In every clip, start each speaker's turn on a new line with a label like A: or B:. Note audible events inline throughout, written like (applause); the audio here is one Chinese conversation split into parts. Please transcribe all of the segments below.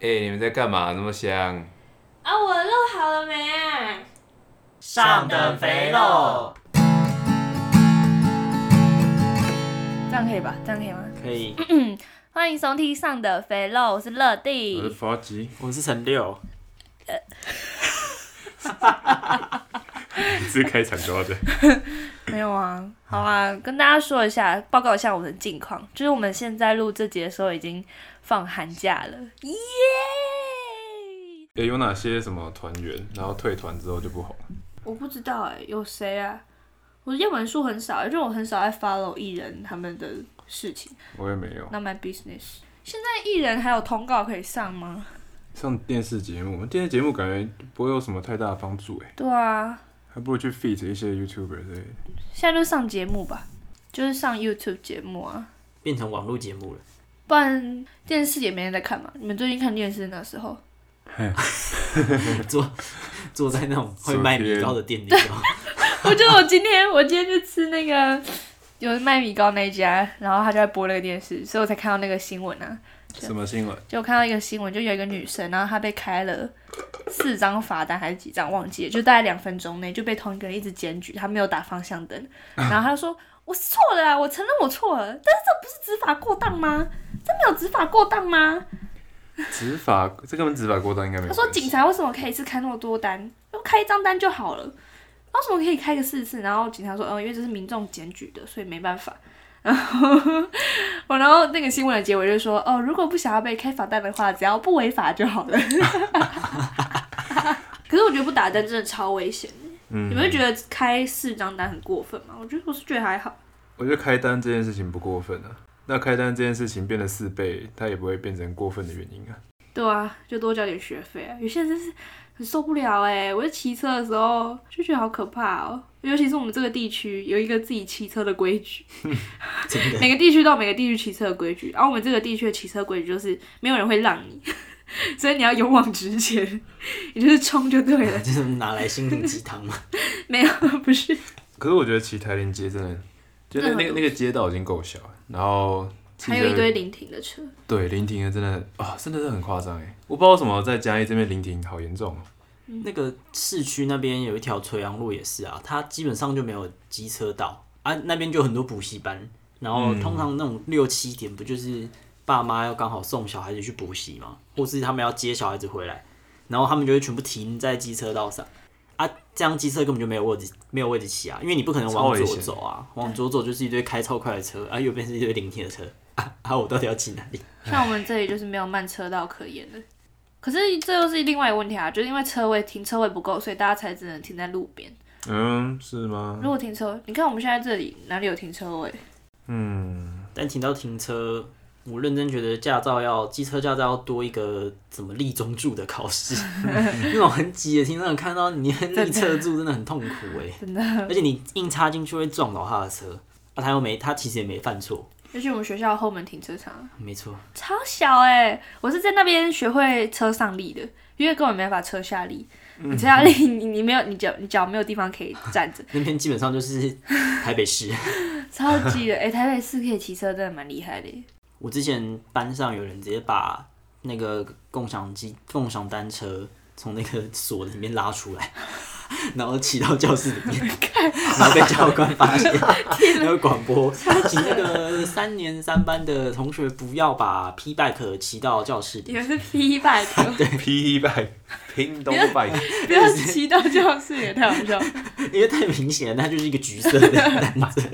A: 哎、你们在干嘛？那么香？
B: 啊，我的肉好了没啊？
C: 上等肥肉，
D: 这样可以吧？这样可以吗？
C: 可以。
D: 欢迎收听《上的肥肉》，我是乐
E: 我是
D: 蒂。
E: 佛吉，
C: 我是陈六，
E: 是开场就要这样。
D: 没有啊，好啊，跟大家说一下，报告一下我们的近况，就是我们现在录这集的时候已经放寒假了，耶！
E: 也有哪些什么团员，然后退团之后就不红？
D: 我不知道哎、有谁啊？我的样本数很少、欸，就我很少爱 follow 艺人他们的事情
E: 我也没有。
D: ，Not my business。现在艺人还有通告可以上吗？
E: 上电视节目，我们电视节目感觉不会有什么太大的帮助哎，
D: 对啊，
E: 还不如去 feat 一些 YouTuber 之类的。
D: 现在就上节目吧，就是上 YouTube 节目啊。
C: 变成网络节目了。
D: 不然电视也没人在看嘛。你们最近看电视那时候，
C: 坐坐在那种会卖米糕的店里头，
D: 我觉得我今天我今天去吃那个有卖米糕那一家，然后他就在播那个电视，所以我才看到那个新闻啊。
E: 什么新闻？
D: 就我看到一个新闻，就有一个女生，然后她被开了四张罚单还是几张忘记了，就大概两分钟内就被同一个人一直检举，她没有打方向灯，然后她就说。我是错的啊，我承认我错了，但是这不是执法过当吗？这没有执法过当吗？
E: 执法，这跟执法过当应该没有
D: 他
E: 关系。
D: 说警察为什么可以一次开那么多单？要开一张单就好了，为什么可以开个四次？然后警察说，嗯，因为这是民众检举的，所以没办法。然后我，然后那个新闻的结尾就说，哦，如果不想要被开罚单的话，只要不违法就好了。 (laughs) 可是我觉得不打单真的超危险的，
E: 嗯
D: 你们会觉得开四张单很过分吗？我觉得我是觉得还好，
E: 我觉得开单这件事情不过分啊。那开单这件事情变了四倍，它也不会变成过分的原因啊。
D: 对啊，就多交点学费啊。有些人真是很受不了哎、我在骑车的时候就觉得好可怕哦、尤其是我们这个地区有一个自己骑车的规矩，
C: 真的
D: 每个地区都有每个地区骑车的规矩，然后我们这个地区的骑车规矩就是没有人会让你， (laughs) 所以你要勇往直前，也就是冲就对了。 (laughs)
C: 就是拿来心灵鸡汤嘛。
D: 没有，不是
E: 可是我觉得骑台林街真的，就那那个那个街道已经够小了，然后骑
D: 还有一
E: 着
D: 堆临停的车，
E: 对，临停的真的啊、真的是很夸张哎！我不知道为什么在嘉义这边临停好严重哦、
C: 那个市区那边有一条垂杨路也是啊，它基本上就没有机车道啊，那边就很多补习班，然后通常那种六七点不就是爸妈要刚好送小孩子去补习嘛，或是他们要接小孩子回来，然后他们就会全部停在机车道上啊，这样机车根本就没有位置，没有位置骑啊，因为你不可能
E: 超
C: 往
E: 危
C: 左
E: 险
C: 走啊，往左走就是一堆开超快的车啊，右边是一堆临停的车啊，啊，我到底要骑哪里？
D: 像我们这里就是没有慢车道可言的。可是这又是另外一个问题啊，就是因为车位停车位不够，所以大家才只能停在路边。
E: 嗯，是吗？
D: 如果停车，你看我们现在这里哪里有停车位？
E: 嗯，
C: 但停到停车，我认真觉得驾照要机车驾照要多一个怎么立中柱的考试，那种很挤的停车场看到你立侧柱真的很痛苦哎、
D: 真的，
C: 而且你硬插进去会撞到他的车，啊他又没他其实也没犯错，
D: 尤其我们学校后门停车场
C: 没错，
D: 超小哎、我是在那边学会车上立的，因为根本没法车下立。
E: 嗯
D: 你车下立， (laughs) 你你没有你脚你脚没有地方可以站 (laughs) 着，
C: 那边基本上就是台北市。
D: 超级的哎、台北市可以骑车真的蛮厉害的耶。
C: 我之前班上有人直接把那个共享机、共享单车从那个锁里面拉出来， (laughs) 然后骑到教室里面，然后被教官发现，然后广播，请那个三年三班的同学不要把 P bike 骑到教室里。
D: 你们是 P 拜
E: (laughs)
D: 的，
E: (laughs) p 拜， (laughs) 拼东拜，
D: 不要骑到教室也太
E: (laughs)
D: 好笑了。
C: 因为太明显了，它就是一个橘色的单车。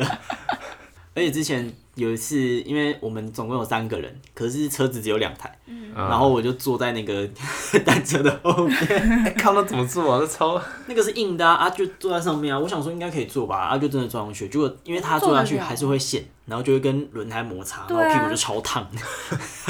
C: 而且之前有一次，因为我们总共有三个人，可是车子只有两台，然后我就坐在那个 (laughs) 单车的后面，
E: 哎 (laughs) 看到怎么做啊？这超
C: 那个是硬的啊，啊就坐在上面啊。我想说应该可以坐吧，啊就真的坐上去，结果因为他坐下去还是会陷，然后就会跟轮胎摩擦，然
D: 啊对啊
C: 后屁股就超烫。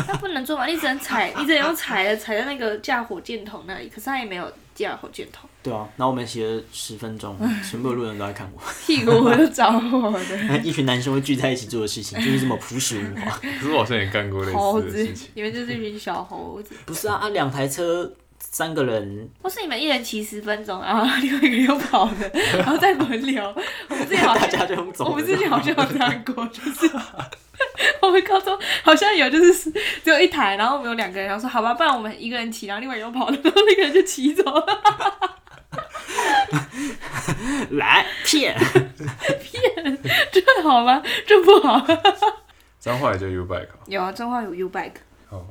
D: 他不能坐嘛，你只能踩，你只能用踩的踩在那个架火箭筒那里，可是他也没有架火箭筒，
C: 对啊，然后我们骑了十分钟，全部的路人都在看我。 (laughs)
D: 屁股我就着火的。
C: 一群男生会聚在一起做的事情就是这么朴实无华。
E: 可是我好像也干过类
D: (laughs) 猴
E: 似的
D: 子
E: 事情，，
D: 你们就是一群小猴子。
C: 不是啊，啊两台车三个人，
D: 或是你们一人骑十分钟，然后 (laughs) 另外一个又跑了，
C: (laughs)
D: 然后再轮流。我们之前好
C: 大
D: 像，
C: 家就用走的。
D: 我们之前好像有这样过，就是 (laughs) 我们高中好像有，就是 (laughs) 只有一台，然后我们有两个人，然后说好吧，不然我们一个人骑，然后另外一个人跑了，然后那个人就骑走了。
C: (laughs)
D: (laughs)
C: 来骗。
D: 这好吗？这不好。
E: 彰化也就 U bike 哦
D: 有啊，彰化有 U Bike。
E: 哦，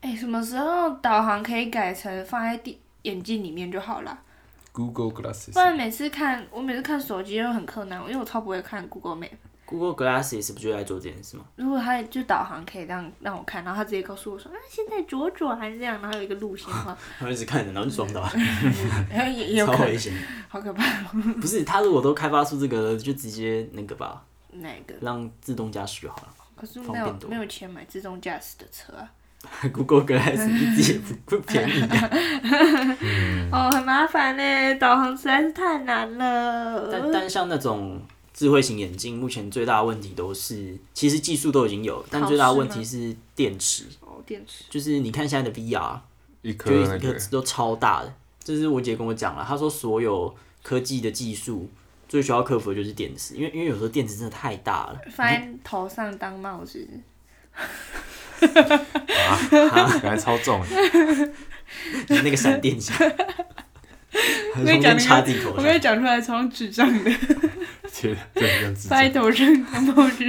D: 哎、什么时候导航可以改成放在地眼镜里面就好了？
E: Google
D: 不
E: Glasses
D: 然每次看我每次看手机就很困难，因为我超不会看 Google Map。
C: Google Glasses 不就在做这件事吗？
D: 如果他就导航可以让让我看，然后他直接告诉我说，啊，现在左转这样，然后有一个路线的
C: (laughs)
D: 话，
C: 他一直看着，然后就撞到，
D: 然后也 (laughs) 也有
C: 超
D: 可
C: 危
D: 能，
C: 险。
D: 好可怕
C: (laughs)
D: 哦。
C: 不是，他如果都开发出这个了，就直接那个吧，
D: 哪一个？
C: 让自动驾驶好了。
D: 可是
C: 方
D: 没
C: 便
D: 有
C: 多
D: 没有钱买自动驾驶的车啊，
C: (laughs) Google Glass 一直也不不便宜啊，
D: (laughs) 哦，很麻烦呢，导航实在是太难
C: 但
D: 了。
C: 但像那种智慧型眼镜，目前最大的问题都是，其实技术都已经有，但
D: 考
C: 最大的
D: 试
C: 问
D: 吗
C: 题是电池。
D: 哦，电池。
C: 就是你看现在的 VR，
E: 一颗
C: 就一
E: 那
C: 颗
E: (laughs) 个
C: 都超大的，这是我姐跟我讲了，她说所有科技的技术最需要克服的就是电池，因为因为有时候电池真的太大了。
D: 放在头上当帽子，
E: 啊，感觉超重，
C: 就是那个闪电
D: (laughs)
C: 侠，
D: 我
C: 从
D: 跟你
C: 边
D: 讲
C: 插自己头
D: 我
C: 上
D: 刚，讲出来超智障
C: (laughs)
D: 的，
E: 切对，这样子
D: 放在头上当帽子。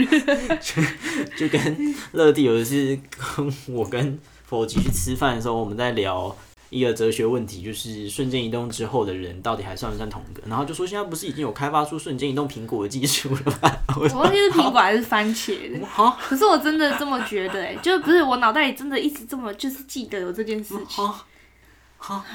C: 就
D: 嗯
C: 跟乐蒂有一次跟我跟否吉去吃饭的时候，我们在聊一个哲学问题，就是瞬间移动之后的人到底还算不算同一个？然后就说现在不是已经有开发出瞬间移动苹果的技术了
D: (laughs)
C: 吗？我
D: (laughs) 我忘记是苹果还是番茄
C: 我
D: 的，
C: (laughs) 好
D: 可是我真的这么觉得、欸，就不是我脑袋里真的一直这么就是记得有这件事情。
C: 好好，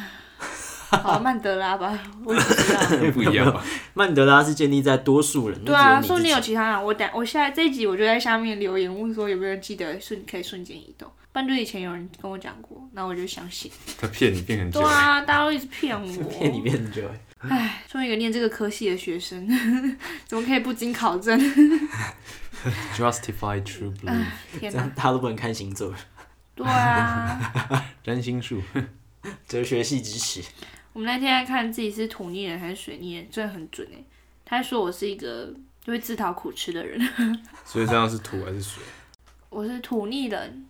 D: (laughs) 好，曼德拉吧，我也不知道。
E: 不
D: (laughs)
E: 一样吧？啊
C: 曼德拉是建立在多数人，
D: 对啊，
C: 说
D: 说你有其他人，我等我现在这一集我就在下面留言问说有没有人记得瞬可以瞬间移动。半就以前有人跟我讲过，那我就相信。
E: 他骗你骗很久
D: 对，啊，大家都一直骗我，
C: 骗你骗久，
D: 唉，作为一个念这个科系的学生， (laughs) 怎么可以不经考证？啊
E: ，Justify True Blue，
D: 天
C: 这
D: 哪
C: 样！大家都不能看星座，
D: 对啊，
E: 占星术，
C: 哲学系支持。
D: 我们那天在看自己是土泥人还是水泥人，真的很准哎、他说我是一个就会自讨苦吃的人，
E: 所以这样是土还是水？
D: 我是土逆人，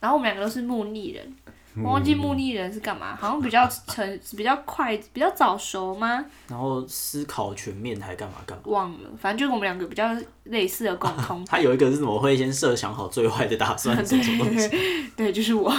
D: 然后我们两个都是木逆人。我忘记木逆人是干嘛，好像比较成比较快、比较早熟吗？
C: 然后思考全面还干嘛干嘛？。
D: 忘了，反正就是我们两个比较类似的共通 (laughs)
C: 他有一个是什么会先设想好最坏的打算，什么什么东西。
D: 对，就是我，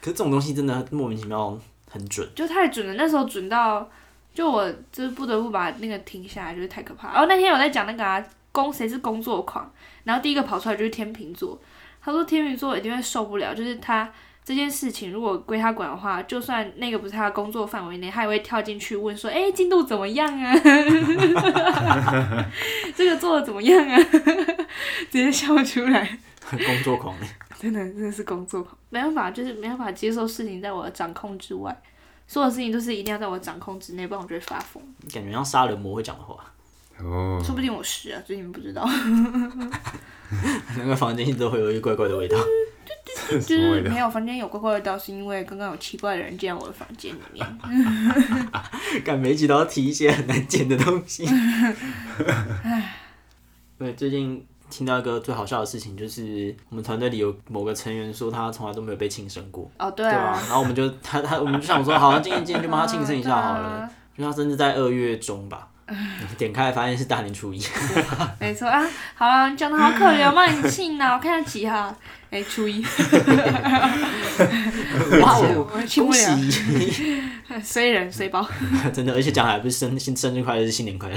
C: 可是这种东西真的莫名其妙很准，
D: 就太准了，那时候准到就我就是不得不把那个停下来，就是太可怕。哦然后那天有在讲那个啊，工谁是工作狂，然后第一个跑出来就是天秤座，他说天秤座一定会受不了，就是他这件事情如果归他管的话，就算那个不是他的工作范围内，他也会跳进去问说，哎、进度怎么样啊？ (laughs) 这个做的怎么样啊？ (laughs) 直接笑出来。
C: 工作狂欸
D: (laughs) 真的真的是工作狂，没办法，就是没办法接受事情在我的掌控之外，所有事情都是一定要在我掌控之内，不然我就会发疯。
C: 感觉像杀人魔会讲的话。 (laughs)
E: 哦，
D: 说不定我是啊，所以你们不知道，
C: 那个房间一直都会有一怪怪的味道。 (laughs)
E: 什
D: 就
E: 么味
D: (laughs) 是
E: 道
D: 没？有房间有怪怪的味道，是因为刚刚有奇怪的人进到我的房间里 (laughs) 面。
C: 干每一集都要提一些很难剪的东西。 (laughs) 对，最近听到一个最好笑的事情，就是我们团队里有某个成员说他从来都没有被庆生过。
D: 哦，对啊，
C: 然后我们就 (laughs) 他他我们就想说，好，今天今天就帮他庆生一下好了。因为他甚至在二月中吧，点开发现是大年初一，
D: 没错啊，好了，你讲的好可怜，我帮你庆啊，我看下几号， (laughs) 哎，初一，
C: 哇 (laughs) 哦，
D: 我庆
C: 恭
D: 不了，
C: 喜！
D: 虽人虽 (laughs) 包
C: (laughs) 真的，而且讲的还不是生新生日快乐，是新年快乐。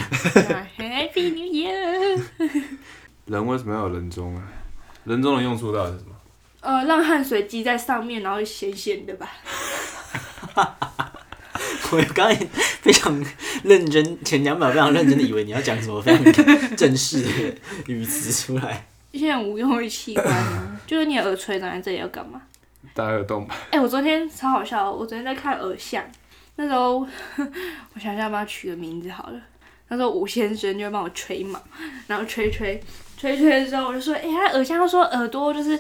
D: ，Happy New Year，
E: 人为什么要有人中啊？人中的用处到底是什么？
D: 呃，让汗水积在上面，然后咸咸的吧。
C: 我刚才非常认真，前两秒非常认真的以为你要讲什么非常正式的语词出来，
D: 现在无用的器官啊， (laughs) 就是你的耳垂长在这里要干嘛？
E: 大耳洞吧？
D: 哎、我昨天超好笑哦，我昨天在看耳相，那时候我想想要不要取个名字好了。那时候吴先生就会帮我吹毛，然后吹吹吹吹的时候，我就说，哎、他耳相他说耳朵就是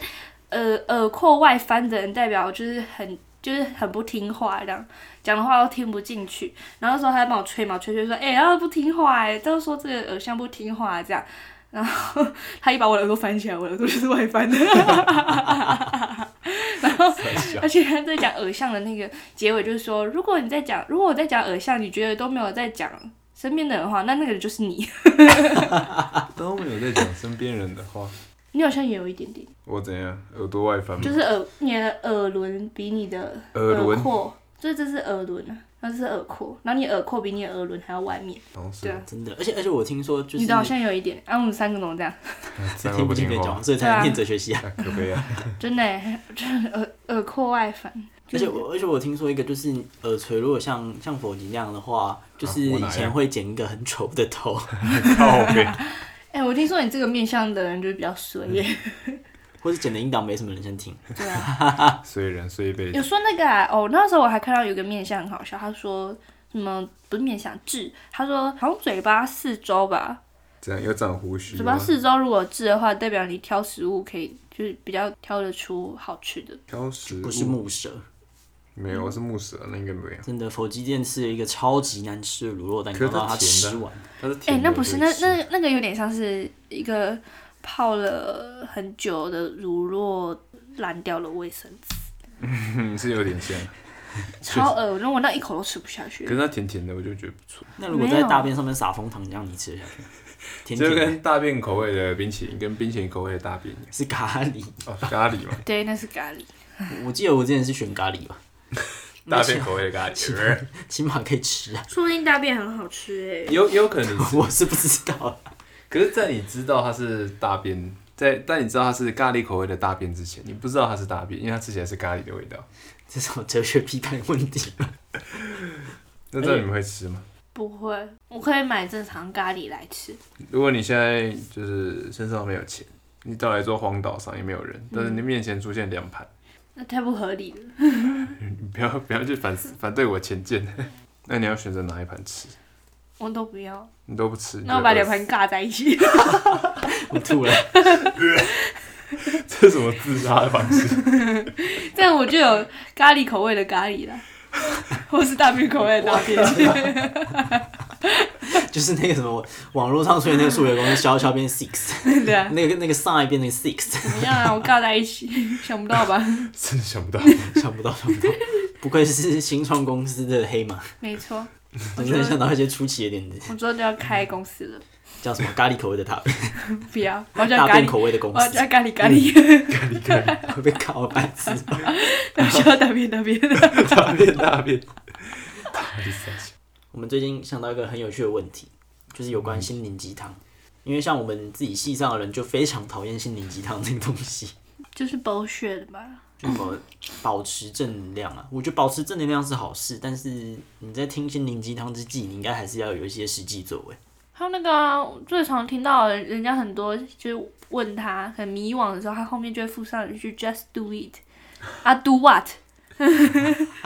D: 呃耳廓外翻的人代表就是很就是很不听话这样，讲的话都听不进去。然后那时候他还帮我吹毛吹吹说，哎、他不听话哎、都说这个耳相不听话这样。然后 (laughs) 他一把我的耳朵翻起来，我的耳朵就是外翻的。 (laughs) 然后，而且他在讲耳相的那个结尾，就是说，如果你在讲，如果我在讲耳相，你觉得都没有在讲身边的人的话，那那个人就是你。 (laughs)
E: 都没有在讲身边人的话。
D: 你好像也有一点点，
E: 我怎样？耳朵外翻吗？
D: 就是耳你的耳轮比你的
E: 耳轮
D: 廓，所以这是耳轮啊，然后这是耳廓，然后你耳廓比你的耳轮还要外面，
E: 好哦像是
D: 对啊，
C: 真的，而且而且我听说就是
D: 你的好像有一点，啊，我们三个怎么这样？
E: 三个
C: 听不
E: 不
C: 进北
E: 听话 (laughs)
C: 中，，所以才
D: 对啊
C: 能念哲学系啊。
E: 可不可以啊？
D: 真的 (laughs) 欸，就是耳耳廓外翻，
C: 而且我而且我听说一个就是耳垂，如果像像否极那样的话，就是
E: 啊我哪
C: 以
E: 样
C: 前会剪一个很丑的头，
E: 靠北
D: (laughs) 哎、我听说你这个面相的人就是比较衰耶。
C: 或是剪的音档没什么人想听。
D: 对啊，
E: 所以人睡一辈子
D: 有，说那个、啊、哦，那时候我还看到有个面相很好笑，他说什么不是面相痣，他说好像嘴巴四周吧，
E: 这样有啊长胡须
D: 嘴巴
E: 吗？
D: 四周如果有痣的话，代表你挑食物可以就是比较挑得出好吃的。
E: 挑食物
C: 不是木蛇，
E: 没有，我是木蛇，那应该没有。
C: 真的，否极店吃了一个超级难吃的卤肉蛋糕，
E: 可是它
C: 让他
E: 甜的
C: 吃完，
E: 它是
D: 哎、
E: 甜的
D: 那不是
E: 我
D: 那
E: 可以吃
D: 那那个有点像是一个泡了很久的乳酪烂掉了卫生纸，
E: 嗯是有点像，
D: 超恶心，我那一口都吃不下去
E: 可。是它甜甜的，我就觉得不错，
C: 那如果在大便上面撒蜂糖，让你吃下
E: (laughs)
C: 去，甜
E: 就
C: 甜的
E: 跟大便口味的冰淇淋跟冰淇淋口味的大便一样
C: 是咖喱。
E: 哦，咖喱
C: (laughs)
E: 嘛，
D: 对，那是咖喱。
C: 我我记得我之前是选咖喱吧，
E: 大便口味的咖喱，
C: 起码可以吃啊。
D: 说不定大便很好吃哎、
E: 有有可能你是，
C: 我是不知道啊，
E: 可是在你知道它是大便，在但你知道它是咖喱口味的大便之前，你不知道它是大便，因为它吃起来是咖喱的味道。
C: 这是我哲学批判问题。
E: 那
C: 哎
E: 这样你们会吃吗？
D: 不会，我可以买正常咖喱来吃。
E: 如果你现在就是身上没有钱，你到来做荒岛上也没有人，但是你面前出现两盘，
D: 那太不合理了。
E: 你不要 (laughs) 不要去反反对我前进。 (laughs) 那你要选择哪一盘吃？
D: 我都不要，
E: 你都不吃，
D: 那我把
E: 你就
D: 两
E: 饿死
D: 盘尬在一起。 (laughs)
C: 我吐了，
E: 这是什么自杀的方式？
D: 这样我就有咖喱口味的咖喱了， (laughs) 或是大便口味的大
C: (laughs)
D: 便。
C: 就是那个什么网络上出现那个数学公式，消消变 six，
D: 对啊，
C: 那个那个 sign 变成 six， (laughs)
D: 怎么样啊？我尬在一起， (laughs) 想不到吧？
E: 真的想不到，
C: 想不到想不到，不愧是新创公司的黑马，
D: 没错，
C: 总是能想到一些出奇的点子，
D: 我之后就要开公司了。
C: 叫什么咖喱口味的大便，
D: 不要，我要 (laughs) 叫
C: 大
D: 咖
C: 便
D: 喱，
C: 口味的公
D: 我要
C: 司
D: 叫咖喱咖喱， (laughs)
C: 会被告白痴，
D: 我需要大便大便。 (laughs)
E: 大便大便。
C: 我们最近想到一个很有趣的问题，就是有关心灵鸡汤。因为像我们自己系上的人就非常讨厌心灵鸡汤这个东西，
D: 就是 bullshit 吧？
C: 就什么保持正能量啊，我觉得保持正能量是好事，但是你在听心灵鸡汤之际，你应该还是要有一些实际作为。
D: 还有那个啊、我最常听到的人家很多就是问他很迷惘的时候，他后面就会附上一句 “just do it”，啊，do (laughs) what？do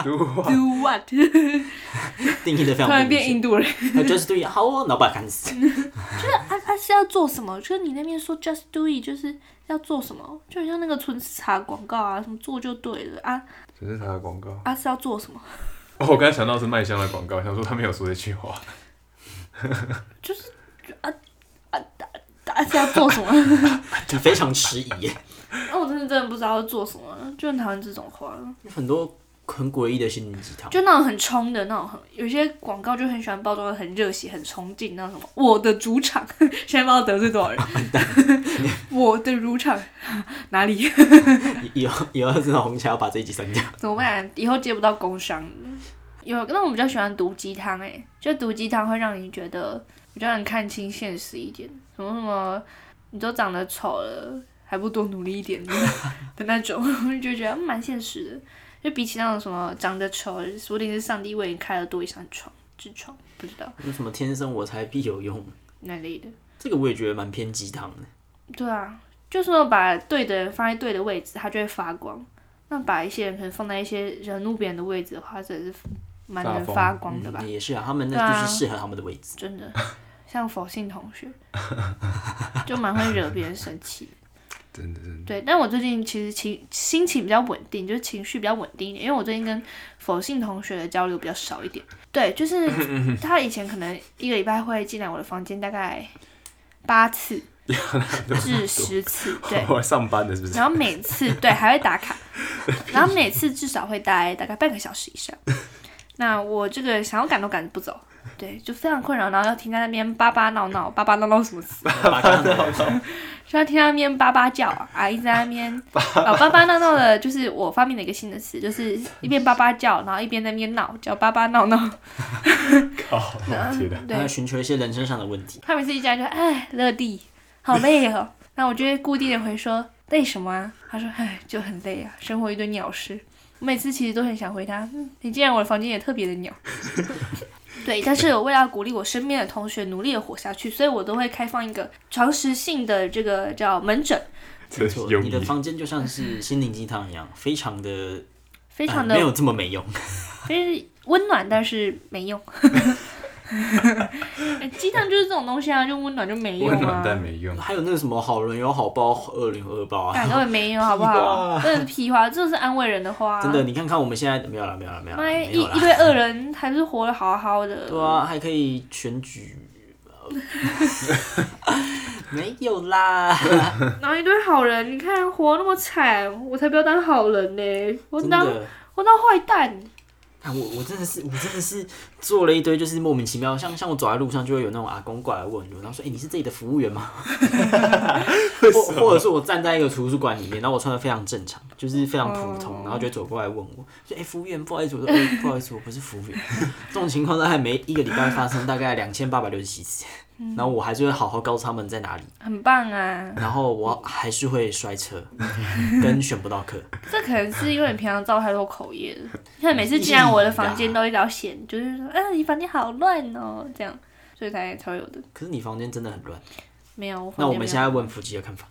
E: 如
D: (laughs)
E: 果
D: what？
C: 定义的非常
D: 突
C: 不
D: 然
C: 明
D: 变
C: 确
D: 印度 (laughs) 人，
C: 那就是对，好哦，老板干死。
D: 他啊他是要做什么？就是你那边说 “just do it”，就是要做什么？就很像那个纯喫茶广告啊，什么做就对了啊
E: 只是他的广告。 (laughs)
D: 啊是要做什么？
E: 哦，我刚才想到是麦香的广告，想说他没有说这句 (laughs) 话。
D: 就是就啊啊啊啊是要做什么？ (laughs)
C: 就非常迟疑耶，
D: 那哦我真的真的不知道要做什么，就很讨厌这种话。
C: 很多很诡异的心灵鸡汤，
D: 就那种很冲的那种很，有些广告就很喜欢包装的很热血、很冲劲，那种什么我的主场， (laughs) 现在不知道得罪多少人。 (laughs) 我的主场 (laughs) 哪里？
C: 以后以后真的红起来要把这一集删掉。
D: 怎么办？以后接不到工商了。有那我比较喜欢毒鸡汤，哎，就毒鸡汤会让你觉得比较能看清现实一点，什么什么，你都长得丑了，还不多努力一点的那种，我就觉得嗯蛮现实的。就比起那种什么长得丑，说不定是上帝为你开了多一扇窗之窗，不知道
C: 有什么天生我材必有用，
D: 那类的。
C: 这个我也觉得蛮偏鸡汤的。
D: 对啊，就是说把对的人放在对的位置，他就会发光。那把一些人可能放在一些惹怒别人的位置的话，真的是蛮
E: 发
D: 能
E: 疯
D: 发光的吧？
C: 嗯也是啊，他们
D: 对啊
C: 那就是适合他们的位置。
D: 真的，像佛性同学， (laughs) 就蛮会惹别人生气。
E: 真的真的，。
D: 对，但我最近其实情心情比较稳定，就是情绪比较稳定一点，因为我最近跟佛性同学的交流比较少一点。对，就是他以前可能一个礼拜会进来我的房间大概八次，至十次，对
E: 我上班 (laughs) 的是不是
D: 然？后每次对还会打卡，然后每次至少会待大概半个小时以上。那我这个想要赶都赶不走，对，就非常困扰。然后要听在那边叭叭闹闹，叭叭闹闹什么词？
C: 把它弄
D: 就要听在那边叭叭叫啊，一直在那边哦叭叭闹闹的，就是我发明了一个新的词，就是一边叭叭叫，然后一边在那边闹，叫叭叭闹闹。
E: 靠，我哦天哪！
C: 他要
D: 对，
C: 寻求一些人生上的
D: (laughs)
C: 问题。
D: 他每次一进来就哎乐蒂， (laughs) 好累哦。那我就会固定的回说累什么啊？他说哎就很累啊，生活一堆鸟事。我每次其实都很想回他，嗯，你进来我的房间也特别的鸟。 (laughs) 对，但是我为了要鼓励我身边的同学努力的活下去，所以我都会开放一个常识性的这个叫门诊，
E: 这
C: 没错
E: 有，
C: 你
E: 意
C: 的
E: (laughs)
C: 房间就像是心灵鸡汤一样，非常的
D: 非常
C: 呃
E: 啊
D: 的
C: 没有这么没用。
D: 就是温暖，但是没
E: (laughs)
D: 用。 (laughs) 哎鸡汤就是这种东西啊，就温暖就没用
E: 温暖
D: 啊，
E: 但没用。
C: 还有那个什么好人有好报，恶人有恶报
D: 感
C: 啊！
D: 根本没用，好不好？这是屁话，这是安慰人的话、
C: 真的，，你看看我们现在没有了，没有了，没有了，
D: 妈
C: 没
D: 一
C: 有
D: 哎
C: 了。
D: 一堆恶人还是活得好好的。
C: 对啊，还可以选举。呃 (laughs) 没有啦，
D: 然后一堆好人，你看活那么惨，我才不要当好人呢、我
C: 真
D: 当
C: 的。
D: 我当坏蛋。
C: 啊，我我真的是，我真的是做了一堆，就是莫名其妙，像像我走在路上就会有那种阿公过来问我，然后说：“哎、你是这里的服务员
D: (laughs)
C: 吗？”或或者是我站在一个图书馆里面，然后我穿的非常正常，就是非常普
D: 哦
C: 通，然后就走过来问我，说：“哎、服务员，不好意思，我说、哎不好意思，我不是服务员。” (laughs) 这种情况大概每一个礼拜发生大概两千八百六十七次，(laughs)
D: 嗯
C: 然后我还是会好好告诉他们在哪里，
D: 很棒啊！
C: 然后我还是会摔车，跟选不到课。 (laughs)
D: 这可能是因为你平常造太多口业了。你看每次进来我的房间都一条线，就是说，啊，你房间好乱哦，这样，所以才才会有的。
C: 可是你房间真的很乱。
D: 没有，我房
C: 那
D: 间
C: 我
D: 没
C: 们
D: 有
C: 现在问夫妻的看法。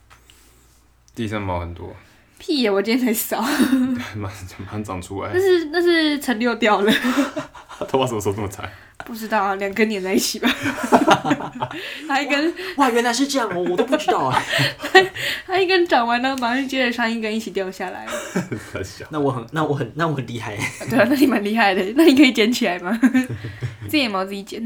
E: 地上毛很多， (laughs)
D: 屁耶！我今天才
C: (laughs)
D: 扫，
E: 马上马上长出来 (laughs)
D: 那。是那是陈六掉了，
E: 头发什么时候这么 (laughs) 长？
D: 不知道啊两根粘在一起
C: (laughs)
D: 吧？他一根
C: 哇，原来是这样哦，我都不知道啊。
D: 他一根长完了，马上接着上一根一起掉下来。 (laughs)
E: 很小。
C: (laughs) 那我很，那我很，那我很厉害。
D: 对啊，那你蛮厉害的，那你可以捡起来
C: (laughs)
D: 吗？自己毛自己捡。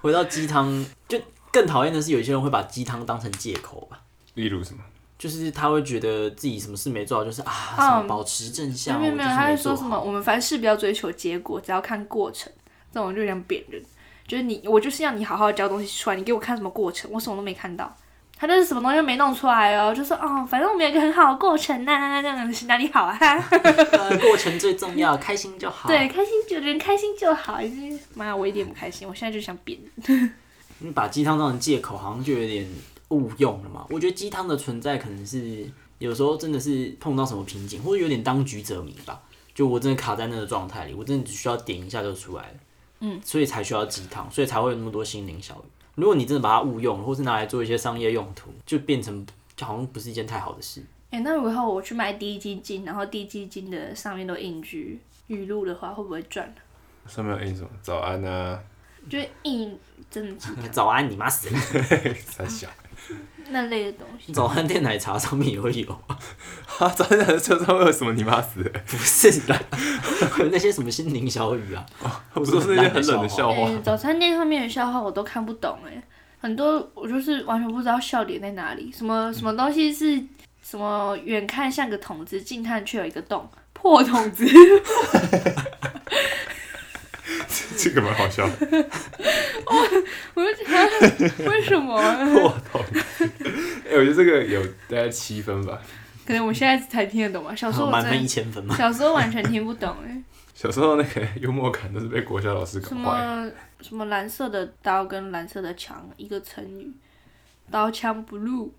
C: 回到鸡汤，就更讨厌的是有一些人会把鸡汤当成借口吧，
E: 例如什么？
C: 就是他会觉得自己什么事没做好，就是啊，什么保持正
D: 没有
C: 向，
D: 嗯没有
C: 我
D: 没
C: 就
D: 有，
C: 是
D: 他会
C: 做
D: 说什么？
C: 好。
D: 我们凡事不要追求结果，只要看过程。这种就有点贬人，就是你我就是要你好好教东西出来，你给我看什么过程，我什么都没看到。他就是什么东西都没弄出来哦，就说哦，反正我们有一个很好的过程呐、这样子哪里好
C: (laughs)
D: 啊？
C: 呃过程最重要，开心就好。
D: (laughs) 对，，开心就人开心就好。就是妈，我一点不开心，我现在就想扁人。
C: 你把鸡汤当成借口，好像就有点误用了嘛。我觉得鸡汤的存在可能是有时候真的是碰到什么瓶颈，或者有点当局者迷吧。就我真的卡在那个状态里，我真的只需要点一下就出来了。嗯，所以才需要鸡汤，所以才会有那么多心灵效应。如果你真的把它误用，或是拿来做一些商业用途，就变成就好像不是一件太好的事。
D: 哎、那如果我去买低基金，然后低基金的上面都印句语录的话，会不会赚？啊
E: 上面有印什么？早安啊，
D: 就是印真的几个
C: 早安，你妈死 (laughs) 了！
E: 三 (laughs) 小。
D: 那类的东西。
C: 早安店奶茶上面也会有，
E: 哈，早安啊的车上会有什么？你妈死了！
C: 不是的，会 (laughs) 有那些什么心灵小语啊，
E: (laughs) 我说啊是一些很冷的笑话
D: 哎，早餐店上面的笑话我都看不懂哎、很多我就是完全不知道笑点在哪里，什么什么东西是什么远看像个筒子，近看却有一个洞，破筒子， (laughs)
E: (laughs) 这个蛮好笑的。
D: 我就觉得为什么
E: (laughs)
D: 啊？
E: 我操！哎，我觉得这个有大概七分吧。
D: 可能我现在才听得懂吧，小时候我
C: 满分
D: 真
C: 一
D: 的
C: 千分嘛。
D: 小时候完全听不懂哎、
E: 小时候那个幽默感都是被国小老师搞
D: 什
E: 坏。
D: 么什么蓝色的刀跟蓝色的枪，一个成语，刀枪不入。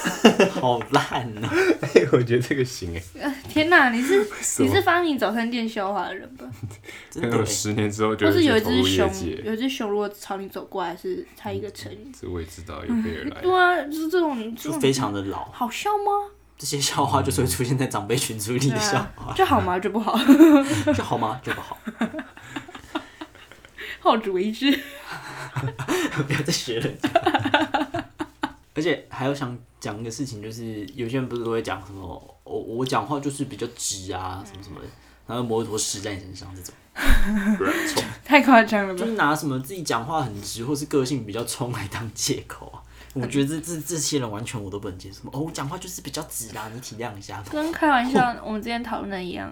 D: (laughs)
C: 好烂哦、
E: 哎，我觉得这个行哎，
D: 天哪，你
E: (laughs)
D: 是
E: 什
D: 你
E: 么
D: 是发明早餐店笑话的人吧？
E: 可
C: 真
E: 能
C: 的欸
E: 我。十年之后就
D: 嗯或是有一
E: 会投
D: 只
E: 入业
D: 熊，
E: 界。嗯
D: 有一只熊如果朝你走过来，是猜一个成语。
E: 这我也知道，有备而来。
D: 对啊，就是这种这
C: 就
D: 种
C: 非常的老，
D: 好笑吗？
C: 这些笑话就是会出现在长辈群组里
D: 对
C: 的笑
D: 啊
C: 话，，
D: 这好吗？这不好，
C: 这好
D: (laughs)
C: 吗？这不好，
D: 好自为之。 (laughs)
C: 不要再学了。而且还有想讲一个事情，就是有些人不是都会讲什么，我我讲话就是比较直啊，什么什么的，然后抹一坨屎在你身上这
D: 嗯
C: 种，
D: 太夸张了
C: 就
D: 吧？
C: 是拿什么自己讲话很直或是个性比较冲来当借口啊。
D: 嗯
C: 我觉得这这这些人完全我都不能接受。哦，我讲话就是比较直啦，你体谅一下吧。
D: 跟开玩笑，我们之前讨论的一样，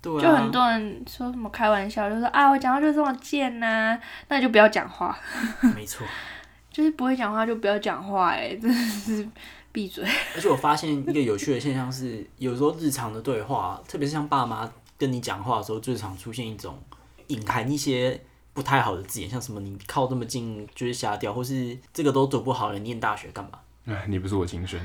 C: 对啊，
D: 就很多人说什么开玩笑，就说啊我讲话就这么贱呐、那你就不要讲话，
C: 没错。
D: 就是不会讲话就不要讲话、哎， (laughs) 真的是闭嘴。
C: 而且我发现一个有趣的现象是，有时候日常的对话，特别是像爸妈跟你讲话的时候，最常出现一种隐含一些不太好的字眼，像什么你靠这么近就是瞎掉，或是这个都读不好了，你念大学干嘛
D: 嗯
E: 哎，你不是我亲生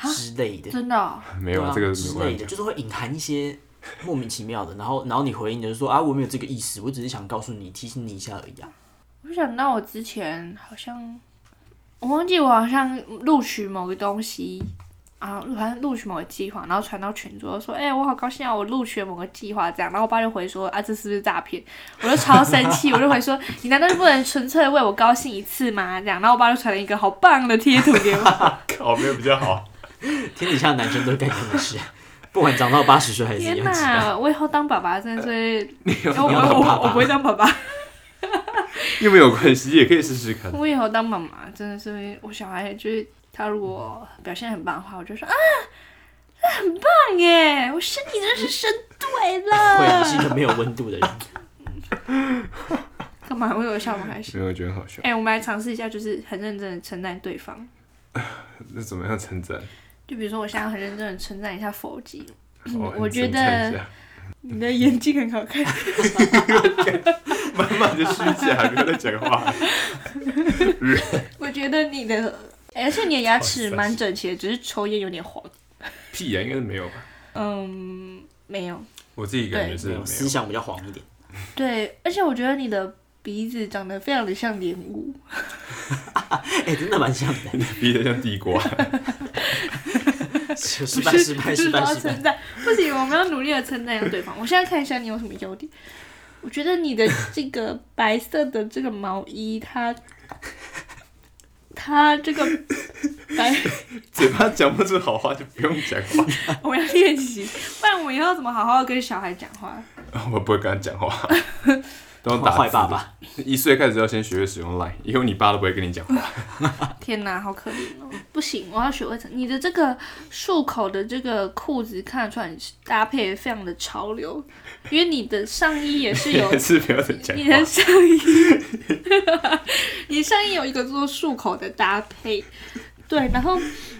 C: 之类的。
D: 真的哦、
E: 的， (laughs) 没有
C: 对
E: 啊
C: 啊，
E: 这个
C: 之
E: 没
C: 类
E: 关
C: 的，
E: 系。
C: 就是会隐含一些莫名其妙的，然后然后你回应就是说啊，我没有这个意思，我只是想告诉你，提醒你一下而已啊。
D: 我想到我之前好像，我忘记我好像录取某个东西啊，反正录取某个计划，然后传到群组说，哎、我好高兴啊，我录取了某个计划这样，然后我爸就回说，啊，这是不是诈骗？我就超生气，我就回说，你难道就不能纯粹为我高兴一次吗？这样，然后我爸就传了一个好棒的贴图给我，
E: 哦，没有比较好。
C: 天底下男生都干这样的事，啊不管长到八十岁还是一
D: 天
C: 样鸡啊巴。
D: 哪，我以后当爸爸真的是，我
C: 你要当
D: 我
C: 爸爸
D: 我我不会当爸爸，
E: (laughs) 又没有关系，也可以试试看。
D: 我以后当妈妈真的是会，我小孩就是他如果表现很棒的话，我就说啊，那很棒耶！我生你真是生对
C: 会啊是
D: 了。
C: 一个没有温度的人，
D: 干嘛？我有笑吗？还是？
E: 没有，我觉得很好笑。
D: 哎、我们来尝试一下，就是很认真的称赞对方。
E: 那怎么样称赞？
D: 就比如说，我现在很认真的称赞一下佛吉，
E: 哦
D: 嗯我觉得
E: 你称赞一
D: (laughs)
E: 下
D: 你的眼睛很好看。
E: 满满的虚假，不要再讲话了。
D: (laughs) 我觉得你的，哎而且你的牙齿蛮整齐的，只是抽烟有点黄。
E: (laughs) 屁啊呀、应该是没有吧？
D: 嗯，没有。
E: 我自己感觉 (laughs) 是
C: 没
E: 没
C: 有思
E: 有。
C: 想比较黄一点。
D: 对，而且我觉得你的鼻子长得非常的像莲雾。
C: 哎、真的蛮像
E: (laughs)
C: 的。
E: (laughs) 鼻得像地瓜，
C: 失败，失败，失败，失
D: 不是说要
C: 败
D: 称。赞，不行，我们要努力的称赞一下对方。我现在看一下你有什么优点。我觉得你的这个白色的这个毛衣，它它这个白，
E: 嘴巴讲不出好话就不用讲话。 (laughs)
D: 我们要练习，不然我们以后怎么好好地跟小孩讲话？
E: 我不会跟他讲
C: (laughs)
E: 话，都用打字
C: 坏爸。爸，
E: 一岁开始要先学会使用 Line，以后你爸都不会跟你讲话。
D: 天哪，好可怜哦！不行，我要学会称。你的这个束口的这个裤子看得出来你是搭配得非常的潮流，因为你的上衣也是有
E: (laughs) 也是不要再讲
D: 你的
E: 话。
D: 上衣，你上衣有一个做束口的搭配，对，然后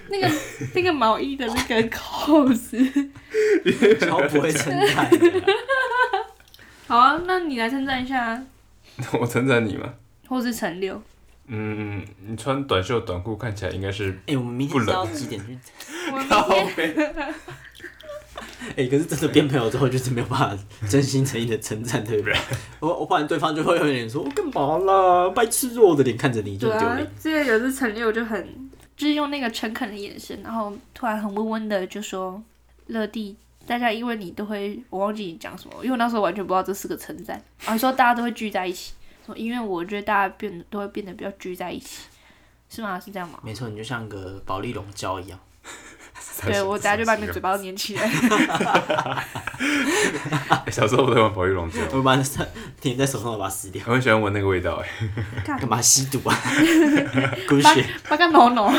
D: 那个 (laughs) 那个毛衣的那个扣子，
C: 超不会称赞的。
D: (laughs) 好啊，那你来称赞一下啊，
E: (laughs) 我称赞你吗？
D: 或是陈六，
E: 嗯，你穿短袖短裤看起来应该 (laughs) 是
C: 哎、我们明天是要几点去？ (laughs)
D: 我们
E: 靠
D: 明天
E: 背。
C: 哎、可是真的变朋友之后，就是没有办法真心诚意的称赞对方。我我不然对方就会有点说，我干嘛啦？白痴肉的脸看着你就
D: 对
C: 很丢
D: 啊
C: 脸。，
D: 之前有一次陈六就很就是用那个诚恳的眼神，然后突然很温温的就说：“乐蒂，大家因为你都会，我忘记你讲什么，因为我那时候完全不知道这是个称赞。”啊，你说大家都会聚在一起，说因为我觉得大家变都会变得比较聚在一起，是吗？是
C: (laughs)
D: 这样吗？
C: 没错，你就像个保利龙胶一样。
D: 对，我等下就把你的嘴巴都粘起来。
E: 哎小时候我在玩保育龙之后，
C: 我把它 (laughs) 舔在手上，我把它撕掉。
E: 我很喜欢闻那个味道哎、
C: 干嘛吸
D: (laughs)
C: 毒啊？狗血！
D: 八嘎挠挠，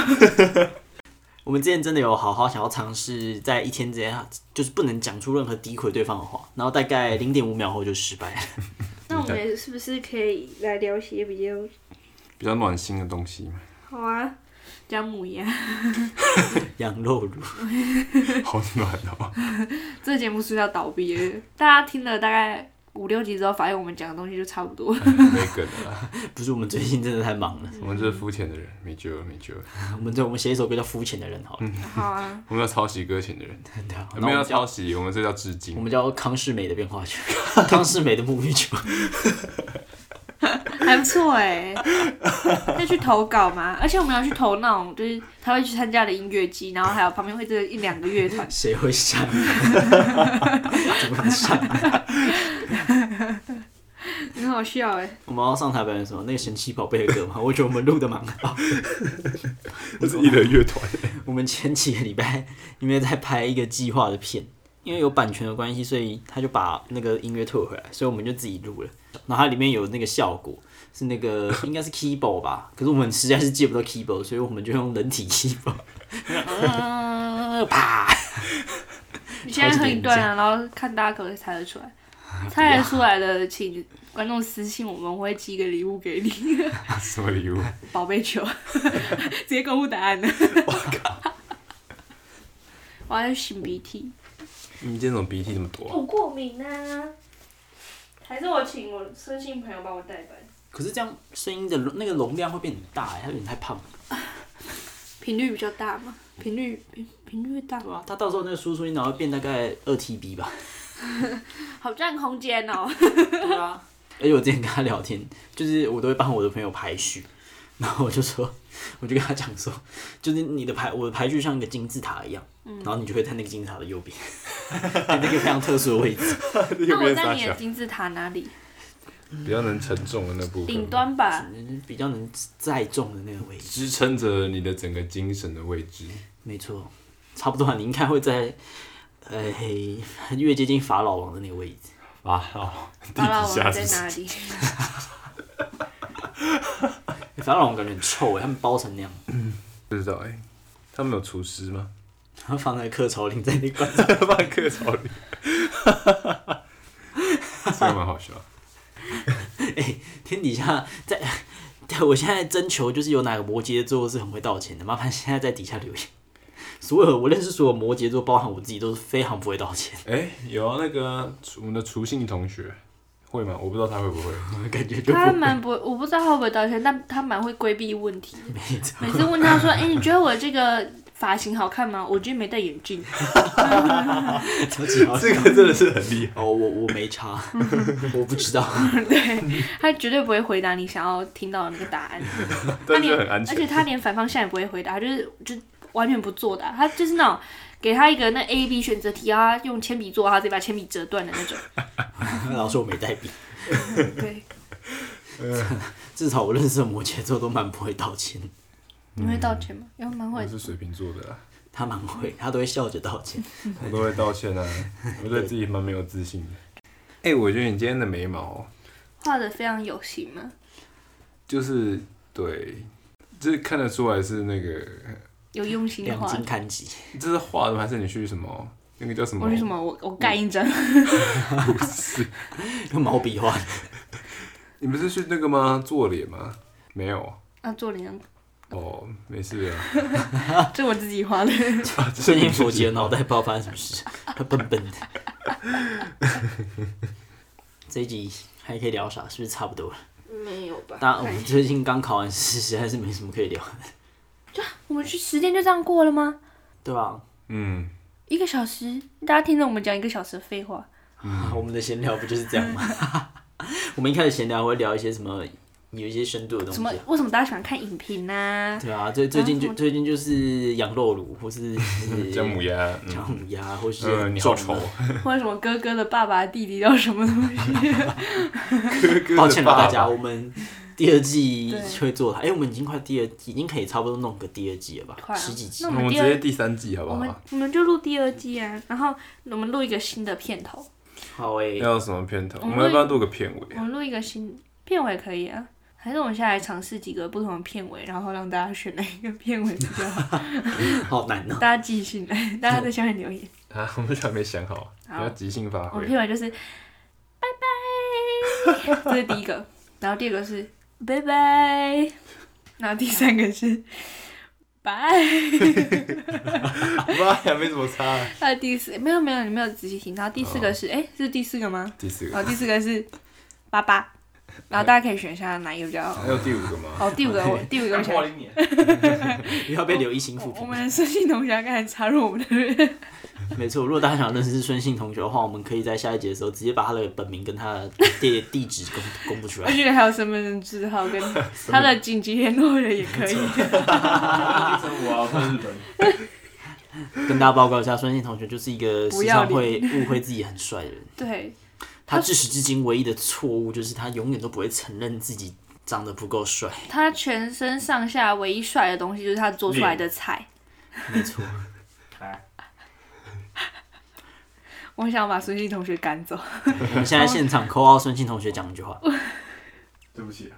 C: 我们之前真的有好好想要尝试，在一天之内，就是不能讲出任何诋毁对方的话，然后大概零点五秒后就失败了。
D: 那我们是不是可以来聊一些比较
E: 比较暖心的东西嘛，
D: 好啊？姜母啊鸭，
C: 羊肉乳， (laughs)
E: 好暖哦、
D: 这个节目是不是要倒闭了？大家听了大概五六集之后，发现我们讲的东西就差不多。
E: 没梗的啦，不
C: 不是我们最近真的太忙了。
E: 我们就是肤浅的人，没救了，没救了。
C: 我们这我们写一首歌叫《肤浅的人》好了，
D: 好啊，
E: 我们要抄袭搁浅的人，
C: 对啊然后
E: 嗯没
C: 我
E: 有要
C: 们叫
E: 抄袭，我们这叫致
C: 我
E: 敬。
C: 们叫康世美的变化球， (laughs) 康世美的沐浴球。
D: (laughs) 还不错哎、要去投稿嘛，而且我们要去投那种，就是他会去参加的音乐季，然后还有旁边会这一两个乐团。
C: 谁会上？ (laughs) 怎么可能
E: (laughs)
C: 上？
D: (laughs) 很好笑哎、
C: 我们要上台表演什么？那个神奇宝贝的歌吗？我觉得我们录的蛮好。
E: 这是一人乐团、
C: 我们前几个礼拜因为在拍一个计划的片，因为有版权的关系，所以他就把那个音乐退回来，所以我们就自己录了。然后它里面有那个效果，是那个应该是 keyboard 吧，可是我们实在是借不到 keyboard，所以我们就用人体 (laughs) keyboard，嗯啪，
D: 你现在哼一段啊，然后看大家可不可以猜得出来。猜得出来的，请观众私信我们，我会寄一个礼物给你， (laughs)
E: 什么礼物？
D: 宝贝球， (laughs) 直接公布答案了。 (laughs) 我靠！我要擤鼻涕，
E: 你今天怎么鼻涕这么多啊、
D: (laughs)
B: 我过敏啊，还是我请我孙姓朋友帮我代班。
C: 可是这样声音的容那个容量会变很大哎，它有点太胖了，
D: 频率比较大嘛，频率频频率大，
C: 对吧、啊它到时候那个输出音然后变大概二 TB 吧。
D: 好占空间
E: (laughs)
D: 哦。
C: 对啊，而且我之前跟他聊天，就是我都会帮我的朋友排序，然后我就说，我就跟他讲说，就是你的排我的排序像一个金字塔一样，然后你就会在那个金字塔的右边， (laughs) 在那个非常特殊的位置。
E: 又
D: 那我
E: 变
D: 在
E: 傻
D: 你的
E: 小，
D: 金字塔哪里？
E: 比较能沉重的那部
D: 顶
E: 分，
D: 端
E: (laughs)
D: 吧。
C: 比较能载重的那个位置，
E: 支撑着你的整个精神的位置。
C: 没错，差不多啊，你应该会在，呃，越接近法老王的那个位置，
E: 啊，好， (laughs) 地
D: 好了，
E: 底
D: 我
E: 下
D: 们
E: 是
D: 在
E: 不是
D: 哪里？
C: 欸法老王感觉很臭哎，他们包成那样，
E: 不知道哎、他们有厨师
D: (laughs)
E: 吗？
C: 然后放在客槽林在那个，
E: 放客槽里， (laughs) 这个蛮好笑。 (laughs)
C: 天底下在。 (laughs) 对，我现在征求就是有哪个摩羯座是很会道歉的，麻烦现在在底下留言。所有我认识所有摩羯座，包含我自己，都是非常不会道歉，
E: 哎、有啊，那个我们的厨信同学会吗？我不知道他会
D: (laughs)
E: 不会。
C: 感觉就
D: 他
C: 不
D: 蛮不，我不知道他会不会道歉，但他蛮会规避问题。
C: 没错。
D: 每次问他说：“哎、你觉得我这个发型好看吗？”我今天没戴眼
E: (laughs)
D: 镜。
C: 超级好笑
E: 这个真的是很厉害。
C: 哦，我我没查， (laughs) 我不知道。
D: 对他绝对不会回答你想要听到的那个答案，他
E: (laughs) 但
D: 连
E: 是很安全
D: 而且他连反方向也不会回答，就是就完全不作答，他就是那种给他一个那 A B 选择题啊，他用铅笔做，他直接把铅笔折断的
E: (laughs)
D: 那种。
C: 老师我没带笔，
D: 对，
C: 至少我认识的摩羯座都蛮不会道歉，
D: 你会道歉吗？有蛮会
E: 我，是水瓶座的啦，啊
C: 他蛮会，他都会笑着道歉。
E: 我都会道歉啊，我对自己蛮没有自信的。
D: (laughs)
E: 哎、我觉得你今天的眉毛哦
D: 画的非常有型嘛，
E: 就是对，就是看得出来是那个，
D: 有用心的
C: 两
D: 画
C: 金。看集，
E: 这是画的吗还是你去什么那个叫什
C: 哦
E: 么？
D: 我是什么？我我盖印章，
C: (laughs) 嗯用毛笔画的。
E: 你不是去那个吗？做脸吗？没有。
D: (laughs) 啊，做脸，
E: 哦，没事
D: (laughs)
E: 啊。
D: 这我自己画的。 (laughs)
E: 啊这是
C: 最
E: 你
C: 近
E: 自
C: 佛
E: 己
C: 杰脑袋不知道发生什么事，他笨笨的。 (laughs) 这一集还可以聊啥？是不是差不多了？
D: 没有吧
C: 大家我们最近刚考完试，实在是没什么可以聊，
D: 我们去时间就这样过了吗？
C: 对吧？
E: 嗯，
D: 一个小时，大家听着我们讲一个小时的废话，
C: 我们的闲聊不就是这样吗？ (laughs) 我们一开始闲聊会聊一些什么，有一些深度的东
D: 什么
C: 西啊。
D: 为什么大家喜欢看影评呢、啊？
C: 对啊，最最近
D: 啊什
C: 就
D: 么
C: 最近就是羊肉炉，或是
D: 哎
E: 姜母鸭。嗯
C: 姜母鸭，或是
E: 呃，你好丑
C: 重的。
E: (laughs)
D: 或者什么哥哥的爸爸、弟弟叫什么
C: (laughs)
D: 东西？
C: 抱歉了大
E: (laughs)
C: 家，我们第二季
D: 对
C: 会做它。哎、我们已经快第二，已经可以差不多弄个第二季了吧？
D: 快了啊
C: 十几集
D: 那
E: 我
D: 我
E: 们
D: 们
E: 直
D: 第二
E: 接，啊第三季好不
D: 我们
E: 好？
D: 我们就录第二季啊，然后我们录一个新的片头，
C: 好欸诶、
E: 要有什么片头？我
D: 我们
E: 们要不要录个片尾
D: 我？
C: 啊
D: 们录一个新片尾可以啊。还是我们现在来尝试几个不同的片尾，然后让大家选哪一个片尾比较好，
C: 好难哦、
D: 大家记信来，大家在下面留言。
E: 啊，我们还没想好，你
D: 好
E: 要即兴发
D: 我们哦
E: 挥。
D: 片尾就是拜拜，这是第一个，然后第二个是拜拜，然后第三个是拜。
E: 妈呀，没什么差啊。
D: 还有呃第四没有没有你没有仔细听，然后第四个是哎、诶是第四个吗？
E: 第四
D: 然
E: 个，
D: 后第四个是八八，然后大家可以选一下哪一个比较好。
E: 还有第五个吗？
D: 哦，第五个我第五个我想，
C: 哎 (laughs) 不要被刘一星复
D: 我
C: 评。
D: 们孙信同学刚才插入我们的，
C: 没错，如果大家想认识孙姓同学的话，我们可以在下一节的时候直接把他的本名跟他的地地址公 (laughs) 公布出
D: 而
C: 来。
D: 且还有身份证字号跟他的紧急联络人也可以。
C: 跟大家报告一下，孙姓同学就是一个时常会误会自己很帅的人。
D: (laughs) 对，
C: 他至始至今唯一的错误就是他永远都不会承认自己长得不够帅。
D: 他全身上下唯一帅的东西就是他 (laughs) 做出来的菜。
C: 没错。
D: 我想把孙兴同学赶走。 (laughs)
C: 我们现在现场扣号孙庆同学讲一句话，
F: 对不起啊，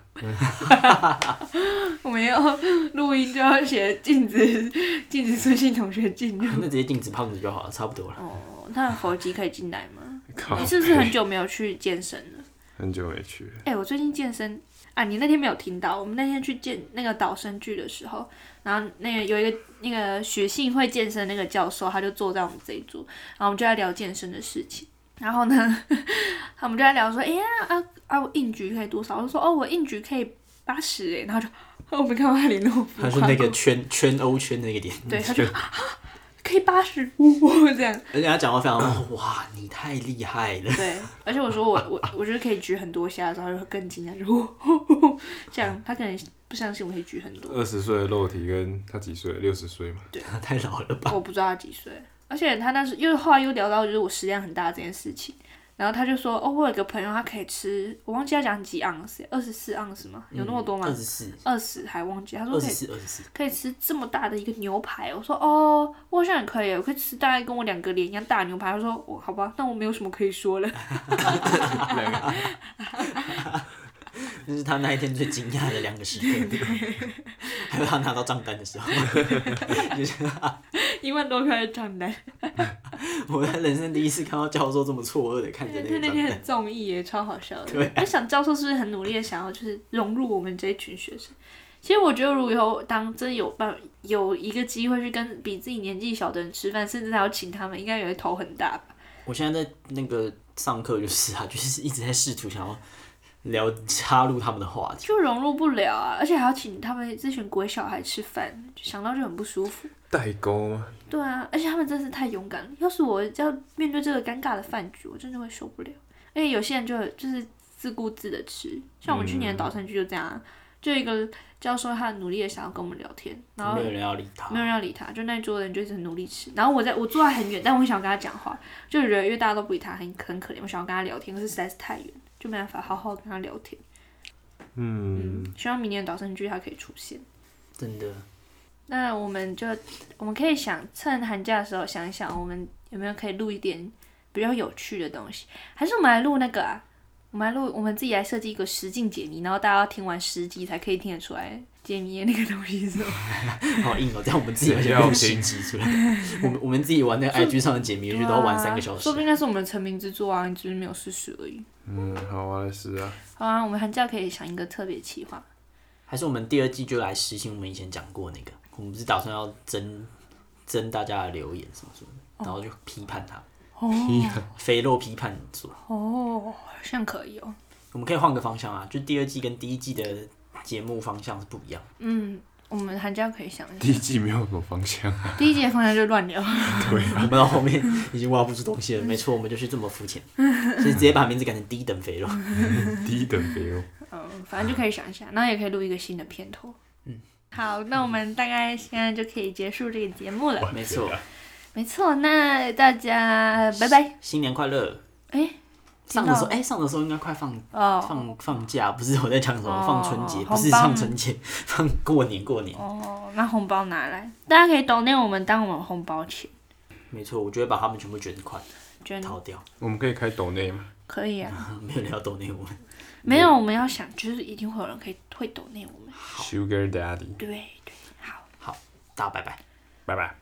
D: 我们要录音就要写禁止 (laughs) 禁止孙兴同学进入。
C: 那直接禁止胖子就好了，差不多了。
D: 哦，啊那猴急可以进来吗？
E: 靠
D: 你是不是很久没有去健身了？
E: 很久没去了，
D: 哎、我最近健身啊，你那天没有听到？我们那天去健那个导生剧的时候，然后那个有一个那个学信会健身那个教授，他就坐在我们这一桌，然后我们就在聊健身的事情。然后呢， (laughs) 我们就在聊说，哎、呀啊啊，我硬举可以多少？我就说哦，我硬举可以八十哎，然后就。啊 (laughs) 我们看到他联络
C: 他是那个圈圈欧圈的那个点，
D: 对，他就啊可以八十五这样，
C: 而且他讲话非常 (clears throat) 慢哇，你太厉害了， (laughs)
D: 对，而且我说我我我觉得可以举很多下的时候，他就会更惊讶，就哦 (laughs) 这样，他可能不相信我可以举很多，
E: 二十岁的肉体跟他几岁？六十岁嘛，
C: 他太老了吧？
D: 我不知道他几岁，而且他那时又后来又聊到就是我食量很大这件事情，然后他就说哦，我有一个朋友他可以吃，我忘记他讲几盎司，二十四盎司吗？有那么多吗
C: 嗯二？十四，
D: 二十、还忘记，他说
C: 二
D: 可
C: 十
D: 以
C: 四，二十四，
D: 可以吃这么大的一个牛排，我说哦，我好像也可以，我可以吃大概跟我两个脸一样大的牛排。他说哦，好吧，那我没有什么可以说了。 (laughs)
C: 那是他那一天最惊讶的两个时刻，
D: (laughs)
C: 还有他拿到账单的时候， (laughs)
D: 一万多块的账单，
C: 我在人生第一次看到教授这么错愕的看着
D: 对
C: 那
D: 他
C: 个账
D: (laughs) 那天
C: 单，
D: 很中意耶，超好笑的。我在想教授是不是很努力的想要就是融入我们这一群学生？其实我觉得，如果以后当真有办有一个机会去跟比自己年纪小的人吃饭，甚至还要请他们，应该也会头很大吧？
C: 我现在在那个上课就是啊，就是一直在试图想要聊插入他们的话题，
D: 就融入不了啊，而且还要请他们这群鬼小孩吃饭，想到就很不舒服。
E: 代沟吗？
D: 对啊，而且他们真是太勇敢了。要是我要面对这个尴尬的饭局，我真的会受不了。而且有些人就就是自顾自的吃，像我们去年的导生剧就这样、啊，就一个教授他很努力的想要跟我们聊天，然后
C: 没有人要理他
D: 没。有人要理他，就那一桌的人就一直很努力吃。然后我在我坐在很远，但我很想跟他讲话，就觉得因为大家都不理他，很很可怜。我想要跟他聊天，可是实在是太远，就没办法好好跟他聊天。
E: 嗯，
D: 希望明年的导生剧他可以出现。
C: 真的，
D: 那我们就我们可以想趁寒假的时候想一想，我们有没有可以录一点比较有趣的东西，还是我们来录那个啊？我们来录，我们自己来设计一个实境解谜，然后大家要听完十集才可以听得出来解谜的那个东西是什 (laughs) 么。
C: 好硬哦！这样我们自己
E: 谁
C: 就
E: 要
C: 要
E: 听
C: 十集出来，我们我们自己玩那个 IG 上的解谜日都要玩三个小时
D: 说不，定那是我们的成名之作啊，你只是没有试试而已。
E: 嗯，好玩的事啊，
D: 好啊，我们寒假可以想一个特别企划，
C: 还是我们第二季就来实行我们以前讲过那个，我们不是打算要征征大家的留言什么什么的，然后就批判他， (laughs) 肥肉批判组，
D: 哦，好像可以哦。
C: 我们可以换个方向啊，就第二季跟第一季的节目方向是不一样。
D: 嗯，我们寒假可以想一
E: 第
D: (laughs)
E: 一
D: 下，
E: 季没有什么方向，啊 (laughs)
D: 第一节放下就乱聊。
C: 我们到后面已经挖不出东西了，没错，我们就是这么肤
D: (laughs)
C: 浅，所以直接把名字改成低等肥肉。
E: 低等肥肉。
D: 嗯，反正就可以想一下，然后也可以录一个新的片头。嗯，好，那我们大概现在就可以结束这个节目了。
C: 没错，
D: 没错，那大家拜拜。
C: 新年快乐！
D: 哎，
C: 上的时候，哎、上的时候应该快放
D: 哦
C: 放放假，不是我在讲什么
D: 哦
C: 放春节，
D: 红包
C: 不是放春节，放过年过年。
D: 哦，那红包拿来，大家可以 donate 我们当我们红包钱
C: 没错，我就会把他们全部捐款
D: 捐，
C: 逃掉， (laughs)
E: 我们可以开抖内吗？
D: 可以啊。
C: 没有人要懂内我们。
D: 没有，我们要想，就是一定会有人可以会 donate 我们。
E: Sugar Daddy，
D: 对对，好。
C: 好，大家拜拜。
E: 拜拜。